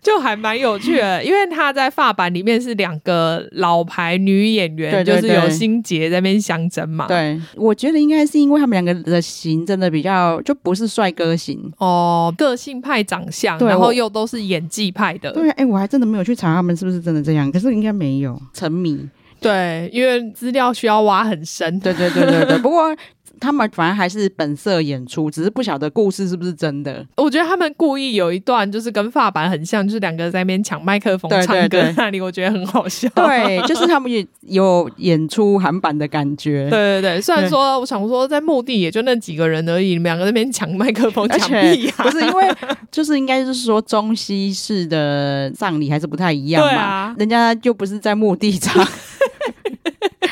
Speaker 2: 就还蛮有趣
Speaker 1: (laughs)
Speaker 2: 的，因为他在发版里面是两个老牌女演员，
Speaker 1: 对对
Speaker 2: 就是有心结在那边相争嘛。，
Speaker 1: 对，我觉得应该是因为他们两个的型真的比较，就不是帅哥型。
Speaker 2: 哦，个性派长相，
Speaker 1: 对
Speaker 2: 然
Speaker 1: 我
Speaker 2: 后又都是演技派的，
Speaker 1: 对啊，哎、我还真的没有去查他们是不是真的这样，可是应该没有沉迷。
Speaker 2: 对因为资料需要挖很深。
Speaker 1: 对对对 (laughs) 对对，不过他们反正还是本色演出，只是不晓得故事是不是真的。
Speaker 2: 我觉得他们故意有一段就是跟发版很像，就是两个在那边抢麦克风
Speaker 1: 对对
Speaker 2: 唱歌
Speaker 1: 对
Speaker 2: 那里，我觉得很好笑。
Speaker 1: 对，就是他们也有演出韩版的感觉。
Speaker 2: 对对对，虽然说我想说在墓地也就那几个人而已，你们两个在那边抢麦克风
Speaker 1: 而
Speaker 2: 抢
Speaker 1: 且
Speaker 2: 屁呀、
Speaker 1: 不是因为，就是应该就是说中西式的葬礼还是不太一样
Speaker 2: 对
Speaker 1: 嘛，
Speaker 2: 啊。
Speaker 1: 人家就不是在墓地唱，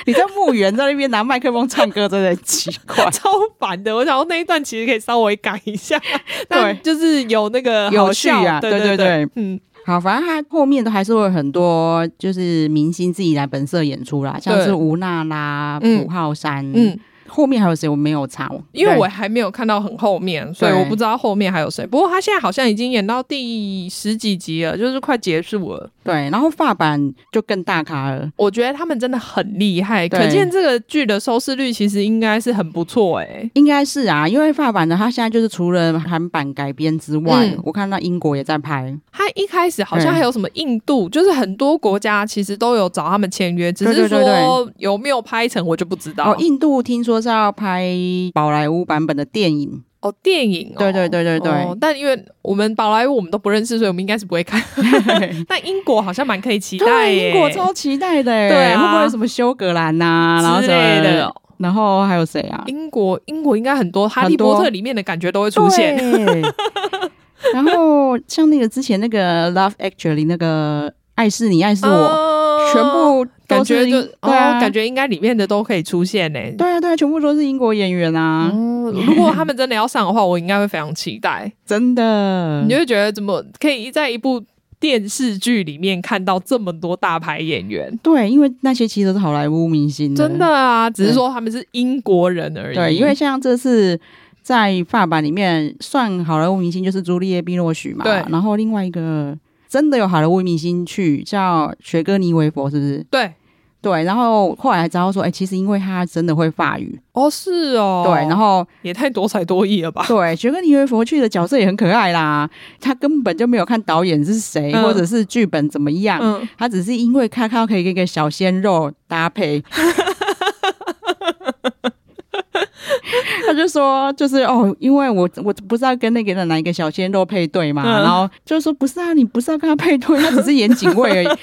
Speaker 1: 你在墓园在那边拿麦克风唱歌，真的很奇怪
Speaker 2: (laughs) 超烦的。我想说那一段其实可以稍微改一下，但就是有那个
Speaker 1: 有
Speaker 2: 好笑
Speaker 1: 趣啊
Speaker 2: 对
Speaker 1: 对对
Speaker 2: 对
Speaker 1: 对，
Speaker 2: 嗯，
Speaker 1: 好，反正他后面都还是会有很多就是明星自己来本色演出啦，像
Speaker 2: 对
Speaker 1: 是吴娜拉、
Speaker 2: 嗯
Speaker 1: 朴浩山，
Speaker 2: 嗯，
Speaker 1: 后面还有谁我没有查，我
Speaker 2: 因为我还没有看到很后面，所以我不知道后面还有谁。不过他现在好像已经演到第十几集了，就是快结束了。
Speaker 1: 对，然后发版就更大咖了。
Speaker 2: 我觉得他们真的很厉害，
Speaker 1: 对
Speaker 2: 可见这个剧的收视率其实应该是很不错哎、
Speaker 1: 应该是啊，因为发版的它现在就是除了韩版改编之外，
Speaker 2: 嗯
Speaker 1: 我看到英国也在拍，
Speaker 2: 他一开始好像
Speaker 1: 对
Speaker 2: 还有什么印度，就是很多国家其实都有找他们签约，只
Speaker 1: 对
Speaker 2: 是
Speaker 1: 对对对
Speaker 2: 说有没有拍成我就不知道。
Speaker 1: 哦，印度听说是要拍宝莱坞版本的电影，
Speaker 2: 哦，电影、哦，
Speaker 1: 对对对对对
Speaker 2: 哦但因为我们宝莱坞我们都不认识，所以我们应该是不
Speaker 1: (laughs)
Speaker 2: 会看。但英国好像蛮可以期待耶，
Speaker 1: 对，英国超期待的耶，
Speaker 2: 对啊
Speaker 1: 会不会有什么修格兰呐、然后
Speaker 2: 之
Speaker 1: 什
Speaker 2: 类
Speaker 1: 么
Speaker 2: 的，。
Speaker 1: 然后还有谁啊？
Speaker 2: 英国，英国应该很多《哈利
Speaker 1: 很多
Speaker 2: 波特》里面的感觉都会出现。
Speaker 1: 对。 (laughs) 然后像那个之前那个《Love Actually》那个爱是你爱是我，
Speaker 2: 哦
Speaker 1: 全部
Speaker 2: 感
Speaker 1: 都
Speaker 2: 觉
Speaker 1: 是
Speaker 2: 就
Speaker 1: 英对啊，
Speaker 2: 哦，感觉应该里面的都可以出现呢。
Speaker 1: 对啊对啊，全部都是英国演员啊，
Speaker 2: 哦，如果他们真的要上的话，我应该会非常期待。
Speaker 1: 真的
Speaker 2: 你就。会觉得怎么可以在一部电视剧里面看到这么多大牌演员？
Speaker 1: 对，因为那些其实都是好莱坞明星
Speaker 2: 真的啊，只是说他们是英国人而已。
Speaker 1: 对，因为像这次在法版里面算好莱坞明星就是朱丽叶·碧洛许嘛，
Speaker 2: 对
Speaker 1: 然后另外一个真的有好莱坞明星去叫雪哥尼维佛，是不是？
Speaker 2: 对
Speaker 1: 对，然后后来才知道说，哎、其实因为他真的会法语，
Speaker 2: 哦是哦，
Speaker 1: 对，然后
Speaker 2: 也太多才多艺了吧？
Speaker 1: 对雪哥尼维佛去的角色也很可爱啦，他根本就没有看导演是谁，
Speaker 2: 嗯
Speaker 1: 或者是剧本怎么样，
Speaker 2: 嗯，
Speaker 1: (laughs) 他只是因为看到可以跟一个小鲜肉搭配。 (laughs) 他就说，就是哦，因为我我不是要跟那个哪一个小鲜肉配对嘛，
Speaker 2: 嗯
Speaker 1: 然后就说不是啊，你不是要跟他配对，他只是演警
Speaker 2: (laughs)
Speaker 1: 卫而已，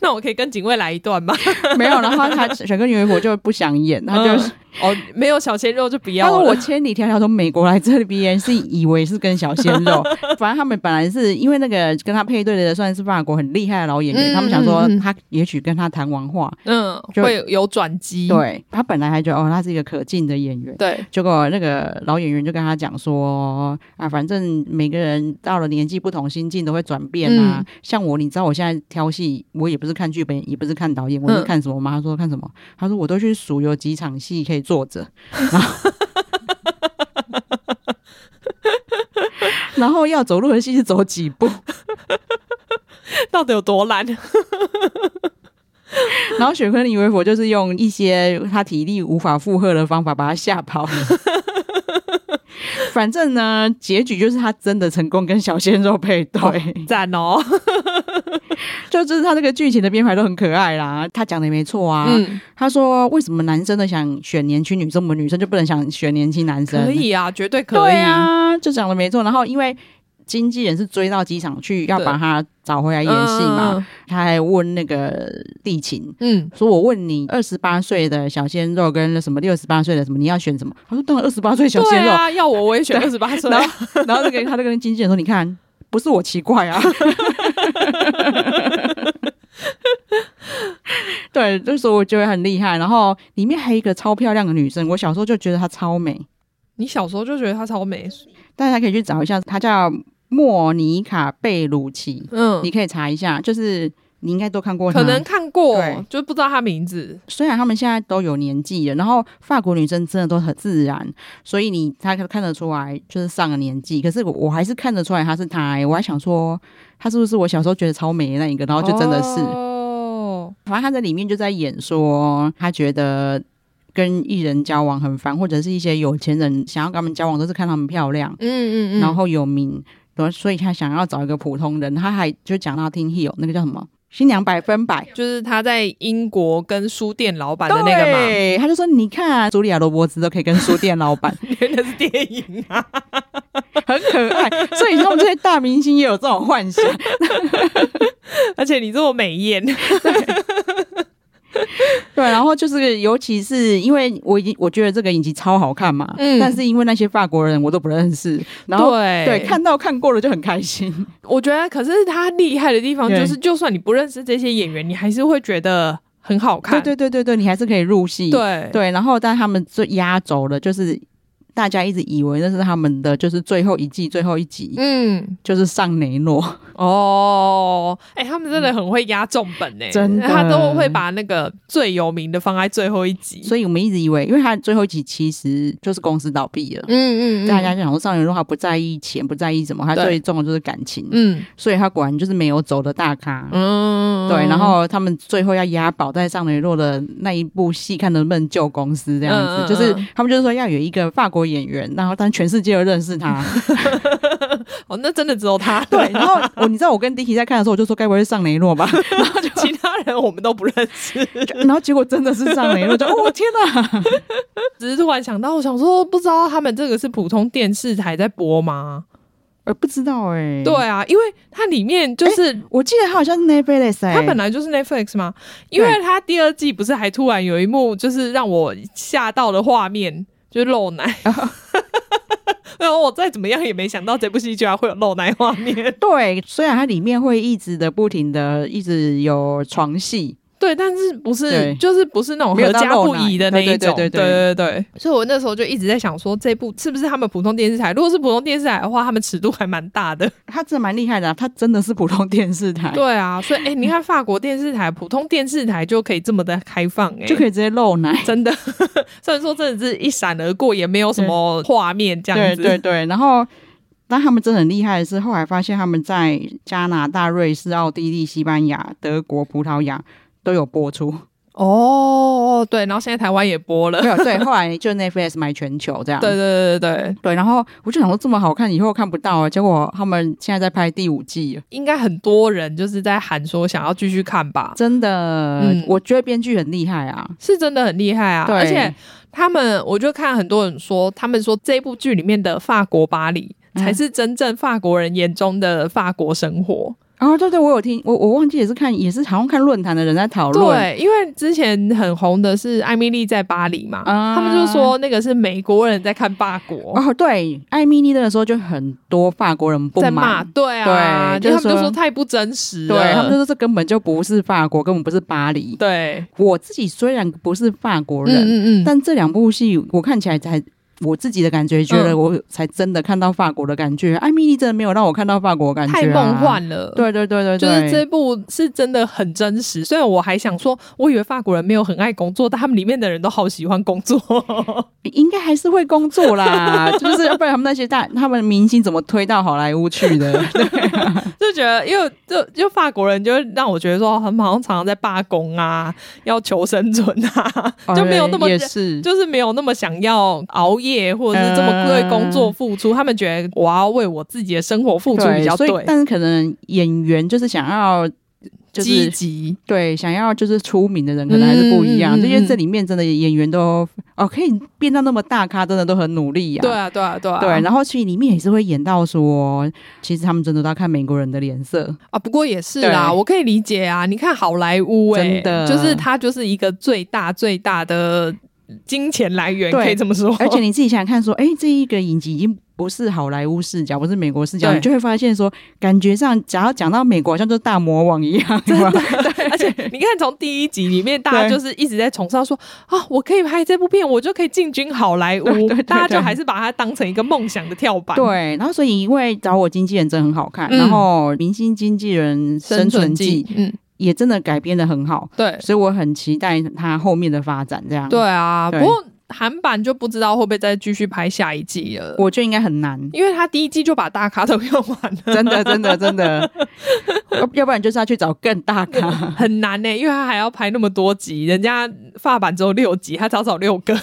Speaker 2: 那我可以跟警卫来一段吗？
Speaker 1: 没有。然后他小哥女微博就不想演，他就、
Speaker 2: 嗯哦，没有小鲜肉就不
Speaker 1: 他
Speaker 2: 要
Speaker 1: 说
Speaker 2: 了。
Speaker 1: 我千里迢迢从美国来这边，是以为是跟小鲜
Speaker 2: (laughs)
Speaker 1: 肉，反正他们本来是因为那个跟他配对的算是法国很厉害的老演员，
Speaker 2: 嗯
Speaker 1: 他们想说
Speaker 2: 嗯嗯
Speaker 1: 他也许跟他谈完话，
Speaker 2: 嗯，
Speaker 1: 就
Speaker 2: 会有转机。
Speaker 1: 对他本来还觉得哦，他是一个可敬的演员。
Speaker 2: 对，
Speaker 1: 结果那个老演员就跟他讲说啊，反正每个人到了年纪不同，心境都会转变啊。
Speaker 2: 嗯
Speaker 1: 像我，你知道我现在挑戏，我也不是看剧本，也不是看导演，我是
Speaker 2: 嗯
Speaker 1: 看什么吗？他说看什么？他说我都去数有几场戏可以坐
Speaker 2: (laughs)
Speaker 1: 着， (laughs) 然后然后要走路的戏是走几步，
Speaker 2: 到底有多
Speaker 1: (laughs)
Speaker 2: 懒？
Speaker 1: 然后雪坤尼维佛就是用一些他体力无法负荷的方法把他吓跑。 (laughs) 反正呢，结局就是他真的成功跟小鲜肉配对，
Speaker 2: 赞哦。
Speaker 1: 就就是他这个剧情的编排都很可爱啦。他讲的也没错啊，
Speaker 2: 嗯，
Speaker 1: 他说为什么男生都想选年轻女生，我们女生就不能想选年轻男生？
Speaker 2: 可以啊，绝对可以
Speaker 1: 对。啊，就讲的没错。然后因为经纪人是追到机场去，要
Speaker 2: 对嗯
Speaker 1: 把他找回来
Speaker 2: 演
Speaker 1: 演戏嘛，，他还问那个地勤，
Speaker 2: 嗯，
Speaker 1: 说我问你，二十八岁的小鲜肉跟什么六十八岁的什么，你要选什么？他说当然二十八岁小
Speaker 2: 对
Speaker 1: 鲜肉。
Speaker 2: 啊，要我我也选二十八岁啊。
Speaker 1: 然后， (laughs) 然后那个他就跟经纪人说：“你看，不是我奇怪啊。” (laughs) 对，就是我觉得很厉害。然后里面还有一个超漂亮的女生，我小时候就觉得她超美，
Speaker 2: 你小时候就觉得她超美，
Speaker 1: 大家可以去找一下，她叫莫妮卡贝鲁奇，
Speaker 2: 嗯
Speaker 1: 你，可以查一下，就是你应该都看过她，
Speaker 2: 可能看过
Speaker 1: 对，
Speaker 2: 就不知道她名字。
Speaker 1: 虽然他们现在都有年纪了，然后法国女生真的都很自然，所以你她看得出来就是上了年纪，可是我我还是看得出来她是她、欸，我还想说她是不是我小时候觉得超美的那一个，然后就真的是，
Speaker 2: 哦，
Speaker 1: 反正她在里面就在演说，她觉得跟艺人交往很烦，或者是一些有钱人想要跟他们交往都是看他们漂亮，
Speaker 2: 嗯嗯嗯，
Speaker 1: 然后有名，然后所以她想要找一个普通人，她还就讲到听 Hill 那个叫什么新娘百分百。
Speaker 2: 就是她在英国跟书店老板的那个 (laughs) 嘛，
Speaker 1: 对，他就说你看，茱莉亚罗伯兹都可以跟书店老
Speaker 2: (laughs)
Speaker 1: 板，
Speaker 2: 那是电影啊。
Speaker 1: 很可爱。所以他们这些大明星也有这种幻
Speaker 2: (laughs)
Speaker 1: 想。
Speaker 2: 而且你这么美艳，
Speaker 1: 对，然后就是尤其是因为我已经我觉得这个影集超好看嘛，
Speaker 2: 嗯
Speaker 1: 但是因为那些法国人我都不认识，然后。
Speaker 2: 对
Speaker 1: 对，看到看过了就很开心，
Speaker 2: 我觉得，可是他厉害的地方就是，就算你不认识这些演员，你还是会觉得很好看。
Speaker 1: 对对对对对，你还是可以入戏，
Speaker 2: 对
Speaker 1: 对。然后，但他们最压轴的就是大家一直以为那是他们的，就是最后一季最后一集，
Speaker 2: 嗯，
Speaker 1: 就是上雷诺，
Speaker 2: 哦，哎、他们真的很会压重本呢、
Speaker 1: 嗯真的
Speaker 2: 他都会把那个最有名的放在最后一集。
Speaker 1: 所以我们一直以为，因为他最后一集其实就是公司倒闭了。
Speaker 2: 嗯
Speaker 1: 大家就想说，上元如他不在意钱，不在意什么，他
Speaker 2: 对
Speaker 1: 最重的就是感情，
Speaker 2: 嗯
Speaker 1: 所以他果然就是没有走的大咖。
Speaker 2: 嗯
Speaker 1: 对，然后他们最后要押宝在上雷洛的那一部戏，看能不能救公司这样子。
Speaker 2: 嗯嗯嗯
Speaker 1: 就是他们就是说要有一个法国演员，然后但全世界都认识他。 (laughs)
Speaker 2: 哦，那真的只有他
Speaker 1: 对，然后我你知道我跟 Dicky 在看的时候，我就说该不会是上雷洛吧？
Speaker 2: (laughs)
Speaker 1: (laughs)
Speaker 2: 其他人我们都不认识，
Speaker 1: 然后结果真的是上雷洛，就哦天哪！
Speaker 2: 只是突然想到，我想说，不知道他们这个是普通电视台在播吗？
Speaker 1: 我不知道哎、
Speaker 2: 对，啊，因为它里面就是、
Speaker 1: 我记得他好像是 Netflix，、欸、
Speaker 2: 它本来就是 Netflix 嘛，因为它第二季不是还突然有一幕就是让我吓到的画面，就是露
Speaker 1: (laughs)
Speaker 2: 奶。然后我再怎么样也没想到这部戏居然会有露奶画
Speaker 1: (laughs)
Speaker 2: 面，
Speaker 1: 对，虽然它里面会一直的不停的一直有床戏，
Speaker 2: 对，但是不是
Speaker 1: 对
Speaker 2: 就是不是那种
Speaker 1: 没有
Speaker 2: 合
Speaker 1: 到
Speaker 2: 家不宜的那一种，
Speaker 1: 露奶对对对
Speaker 2: 对对所以我那时候就一直在想说，这部是不是他们普通电视台？如果是普通电视台的话，他们尺度还蛮大的。
Speaker 1: 它真的蛮厉害的、啊，它真的是普通电视台，
Speaker 2: 对啊，所以哎、诶你看法国电视台、普通电视台就可以这么的开放、哎，
Speaker 1: 就可以直接露奶。
Speaker 2: 真的， (laughs) 虽然说真的是一闪而过，也没有什么画面这样
Speaker 1: 对
Speaker 2: 子。
Speaker 1: 对对，然后。但他们真的很厉害的是，后来发现他们在加拿大、瑞士、奥地利、西班牙、德国、葡萄牙都有播
Speaker 2: (laughs)
Speaker 1: 出。
Speaker 2: 哦，对，然后现在台湾也播了。
Speaker 1: 没有对，啊后来就 Netflix 买全球这样。
Speaker 2: (laughs) 对对对对对，
Speaker 1: 对，然后我就想说这么好看，以后看不到啊。结果他们现在在拍第五季了，
Speaker 2: 应该很多人就是在喊说想要继续看吧，
Speaker 1: 真的，
Speaker 2: 嗯
Speaker 1: 我觉得编剧很厉害啊。
Speaker 2: 是真的很厉害啊！
Speaker 1: 对
Speaker 2: 而且他们，我就看很多人说，他们说这部剧里面的法国巴黎
Speaker 1: 嗯
Speaker 2: 才是真正法国人眼中的法国生活。
Speaker 1: 哦，对对，我有听，我我忘记也是看，也是好像看论坛的人在讨论，
Speaker 2: 对，因为之前很红的是《艾米丽在巴黎》嘛，
Speaker 1: 啊
Speaker 2: 他们就说那个是美国人在看法国。
Speaker 1: 哦，对，艾米丽那个时候就很多法国人不
Speaker 2: 在骂，
Speaker 1: 满，
Speaker 2: 对啊，
Speaker 1: 对
Speaker 2: 就
Speaker 1: 就是
Speaker 2: 他们就
Speaker 1: 说
Speaker 2: 说太不真实了，
Speaker 1: 对他们就说这根本就不是法国，根本不是巴黎。
Speaker 2: 对，
Speaker 1: 我自己虽然不是法国
Speaker 2: 嗯
Speaker 1: 人，
Speaker 2: 嗯嗯，
Speaker 1: 但这两部戏我看起来才。我自己的感觉，觉得
Speaker 2: 嗯
Speaker 1: 我才真的看到法国的感觉。艾米丽真的没有让我看到法国的感觉、啊
Speaker 2: 太梦。幻了，。
Speaker 1: 对对对对
Speaker 2: 就
Speaker 1: 对，
Speaker 2: 是这部是真的很真实，虽然我还想说，我以为法国人没有很爱工作，但他们里面的人都好喜欢工作。 (laughs)
Speaker 1: 应该还是会工作啦， (laughs) 就是要不然他们那些大他们明星怎么推到好莱坞去的？
Speaker 2: 就觉得，因为就就法国人，就会让我觉得说，他们好像常常在罢工啊，要求生存啊， (laughs) (laughs) 就没有那么
Speaker 1: 哦也是，
Speaker 2: 就是没有那么想要熬夜，或者是这么对工
Speaker 1: 嗯
Speaker 2: 作付出。他们觉得我要为我自己的生活付出比较
Speaker 1: 所
Speaker 2: 对，
Speaker 1: 以但是可能演员就是想要。就
Speaker 2: 积
Speaker 1: 是
Speaker 2: 极。
Speaker 1: 对想要就是出名的人，可能还是不一样。
Speaker 2: 嗯嗯嗯
Speaker 1: 这些这里面真的演员都哦，可以变到那么大咖，真的都很努力呀、
Speaker 2: 对啊，对啊，对啊，
Speaker 1: 对，然后所以里面也是会演到说，其实他们真的都要看美国人的脸色。
Speaker 2: 啊，不过也是啦，
Speaker 1: 对
Speaker 2: 我可以理解啊。你看好莱坞、
Speaker 1: 真
Speaker 2: 欸，
Speaker 1: 的
Speaker 2: 就是它就是一个最大最大的金钱来源，
Speaker 1: 对
Speaker 2: 可以这么说。
Speaker 1: 而且
Speaker 2: (laughs)
Speaker 1: 你自己想想看，说，哎，这一个影集已经不是好莱坞视角，不是美国视角，
Speaker 2: 对
Speaker 1: 你就会发现说，感觉上只要讲到美国，好像就是大魔王一
Speaker 2: (laughs)
Speaker 1: 样，真的。
Speaker 2: 而且你看，从第一集里面，大家
Speaker 1: 对
Speaker 2: 就是一直在崇尚说啊，我可以拍这部片，我就可以进军好莱
Speaker 1: (laughs) 对
Speaker 2: 坞
Speaker 1: 对对。对
Speaker 2: 大家就还是把它当成一个梦想的跳板。
Speaker 1: 对，然后所以因为找我经纪人真的很好看，
Speaker 2: 嗯
Speaker 1: 然后《明星经纪人生存嗯记》，
Speaker 2: 嗯，
Speaker 1: 也真的改编的很好，
Speaker 2: 对
Speaker 1: 所以我很期待它后面的发展。这样，
Speaker 2: 对，啊。
Speaker 1: 对
Speaker 2: 不过韩版就不知道会不会再继续拍下一季了，，
Speaker 1: 我觉得应该很难
Speaker 2: 因为他第一季就把大咖都用完了。
Speaker 1: 真的，真的，真
Speaker 2: (laughs)
Speaker 1: 的，要要不然就是要去找更大咖。
Speaker 2: 很难呢、欸因为他还要拍那么多集，人家发版只有六集，他找找六个，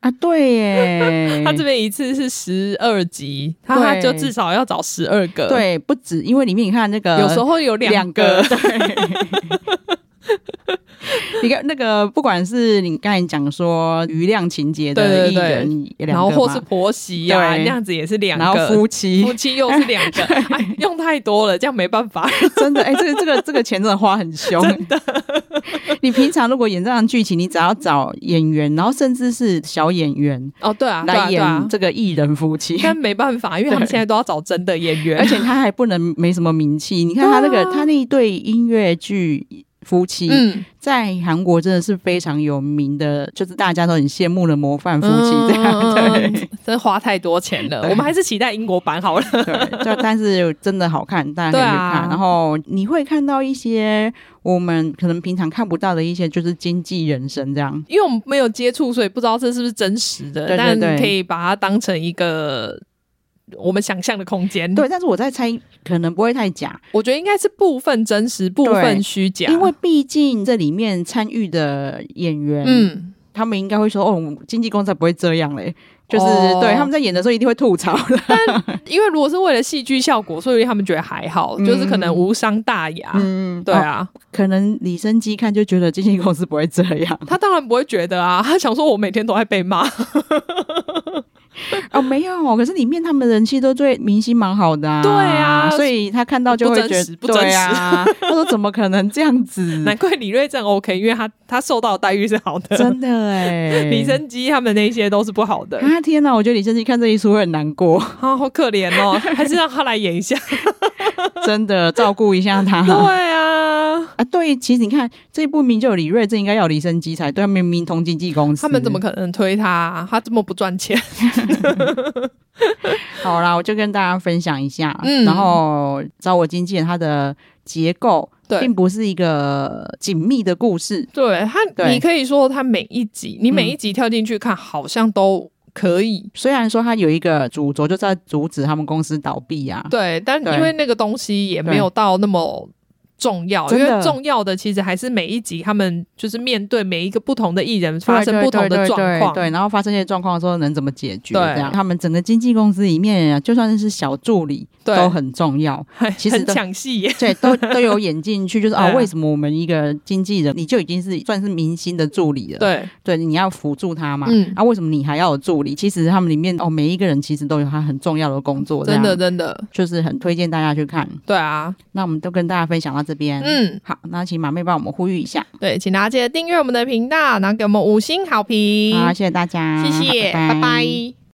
Speaker 1: 啊，对耶，
Speaker 2: 他这边一次是十二集，他他就
Speaker 1: 对
Speaker 2: 至少要找十二个，，
Speaker 1: 对不止，因为里面你看那个
Speaker 2: 有时候有两
Speaker 1: 个，对。你看那个，不管是你刚才讲说余量情节的
Speaker 2: 对对
Speaker 1: 艺
Speaker 2: 对
Speaker 1: 人，也
Speaker 2: 然
Speaker 1: 两
Speaker 2: 后
Speaker 1: 个
Speaker 2: 或
Speaker 1: 嘛
Speaker 2: 是婆媳啊，
Speaker 1: 对
Speaker 2: 那样子也是两
Speaker 1: 然后
Speaker 2: 个，
Speaker 1: 夫妻，
Speaker 2: 夫妻又是两
Speaker 1: (laughs)
Speaker 2: 个，哎，用太多了，这样没办法。
Speaker 1: 真的，哎、这个这个这个钱真的花很
Speaker 2: (laughs)
Speaker 1: 凶。的， (laughs) 你平常如果演这样的剧情，你只要找演员，然后甚至是小演员
Speaker 2: 哦，对啊，对啊，
Speaker 1: 来
Speaker 2: 对啊
Speaker 1: 演，这个艺人夫妻，
Speaker 2: (laughs) 但没办法，因为他们
Speaker 1: 对
Speaker 2: 现在都要找真的
Speaker 1: (laughs)
Speaker 2: 演
Speaker 1: 而
Speaker 2: 员，
Speaker 1: 且他还不能没什么名气。你看他那个、
Speaker 2: 对啊
Speaker 1: 他那一对音乐剧夫妻，
Speaker 2: 嗯，
Speaker 1: 在韩国真的是非常有名的，就是大家都很羡慕的模范夫妻
Speaker 2: 嗯
Speaker 1: 这样。
Speaker 2: 嗯嗯 (laughs) 真花太多钱了，
Speaker 1: 对
Speaker 2: 我们还是期待英国版好了。
Speaker 1: (laughs)
Speaker 2: (laughs)
Speaker 1: 对，就但是真的好看，大家可以去看。
Speaker 2: 对啊
Speaker 1: 然后你会看到一些我们可能平常看不到的一些，就是经济人生这样。
Speaker 2: 因为我们没有接触，所以不知道这是不是真实的，
Speaker 1: 对对
Speaker 2: 但
Speaker 1: 对
Speaker 2: 可以把它当成一个我们想象的空间。
Speaker 1: 对，，但是我在猜，可能不会太假，
Speaker 2: 我觉得应该是部分真实，部分虚假，
Speaker 1: 因为毕竟这里面参与的演员，
Speaker 2: 嗯，
Speaker 1: 他们应该会说，哦，经纪公司才不会这样嘞。就是、
Speaker 2: 哦
Speaker 1: 对，他们在演的时候一定会吐槽的，
Speaker 2: 因为如果是为了戏剧效果，所以他们觉得还好，
Speaker 1: 嗯
Speaker 2: 就是可能无伤大雅。
Speaker 1: 嗯
Speaker 2: 对啊，
Speaker 1: 可能李生基看就觉得经纪公司不会这样
Speaker 2: 他当然不会觉得啊，他 (laughs) 想说我每天都在被骂，
Speaker 1: (laughs) 哦，没有，可是里面他们人气都对明星蛮好的、啊，
Speaker 2: 对啊
Speaker 1: 所以他看到就会觉得
Speaker 2: 不真实不真实
Speaker 1: 对啊，他说怎么可能这样
Speaker 2: (laughs)
Speaker 1: 子，
Speaker 2: 难怪李瑞正 OK，因为他他受到的待遇是好的，
Speaker 1: 真的哎、
Speaker 2: (laughs) 李生基他们那些都是不好的，
Speaker 1: 啊天哪，我觉得李生基看这一出会很难过，
Speaker 2: 啊，好可怜哦，还是让他来演
Speaker 1: (laughs)
Speaker 2: 一下。
Speaker 1: 真的照顾一下他。
Speaker 2: (laughs) 对啊，
Speaker 1: 啊，对，其实你看这部名就有李瑞，这应该要有李生基才对，他明明同经纪公司，
Speaker 2: 他们怎么可能推他、啊？他这么不
Speaker 1: (laughs)
Speaker 2: 赚钱，
Speaker 1: 好啦，我就跟大家分享一下。
Speaker 2: 嗯
Speaker 1: 然后找我经纪人，它的结构
Speaker 2: 对
Speaker 1: 并不是一个紧密的故事。
Speaker 2: 对他，
Speaker 1: 对
Speaker 2: 你可以说他每一集，你每一集跳进去看，好像都可以。
Speaker 1: 虽然说它有一个主轴，就在阻止他们公司倒闭啊。
Speaker 2: 对，但
Speaker 1: 对
Speaker 2: 因为那个东西也没有到那么重要，因
Speaker 1: 真的
Speaker 2: 为重要的其实还是每一集他们就是面对每一个不同的艺人发生
Speaker 1: 对
Speaker 2: 不同的状况。
Speaker 1: 对，对然后发生这些状况的时候能怎么解决？
Speaker 2: 对
Speaker 1: 这样，他们整个经纪公司里面啊，就算是小助理
Speaker 2: 对
Speaker 1: 都很重要，
Speaker 2: 很
Speaker 1: 其实
Speaker 2: 很
Speaker 1: 都
Speaker 2: 抢戏耶。
Speaker 1: 对，
Speaker 2: (laughs)
Speaker 1: 都都有演进去，就是啊，
Speaker 2: 对啊
Speaker 1: 为什么我们一个经纪人，你就已经是算是明星的助理了？，
Speaker 2: 对，
Speaker 1: (laughs) 对，你要辅助他嘛。
Speaker 2: 嗯，
Speaker 1: 啊，为什么你还要有助理？其实他们里面哦，每一个人其实都有他很重要的工作，
Speaker 2: 真的
Speaker 1: 这样
Speaker 2: 真的，
Speaker 1: 就是很推荐大家去看。
Speaker 2: 对啊，
Speaker 1: 那我们都跟大家分享到这边，，
Speaker 2: 嗯，
Speaker 1: 好，那请马妹帮我们呼吁一下，
Speaker 2: 对，请大家记得订阅我们的频道，然后给我们五星好评。
Speaker 1: 好，谢谢大家，
Speaker 2: 谢谢，
Speaker 1: 好
Speaker 2: 拜拜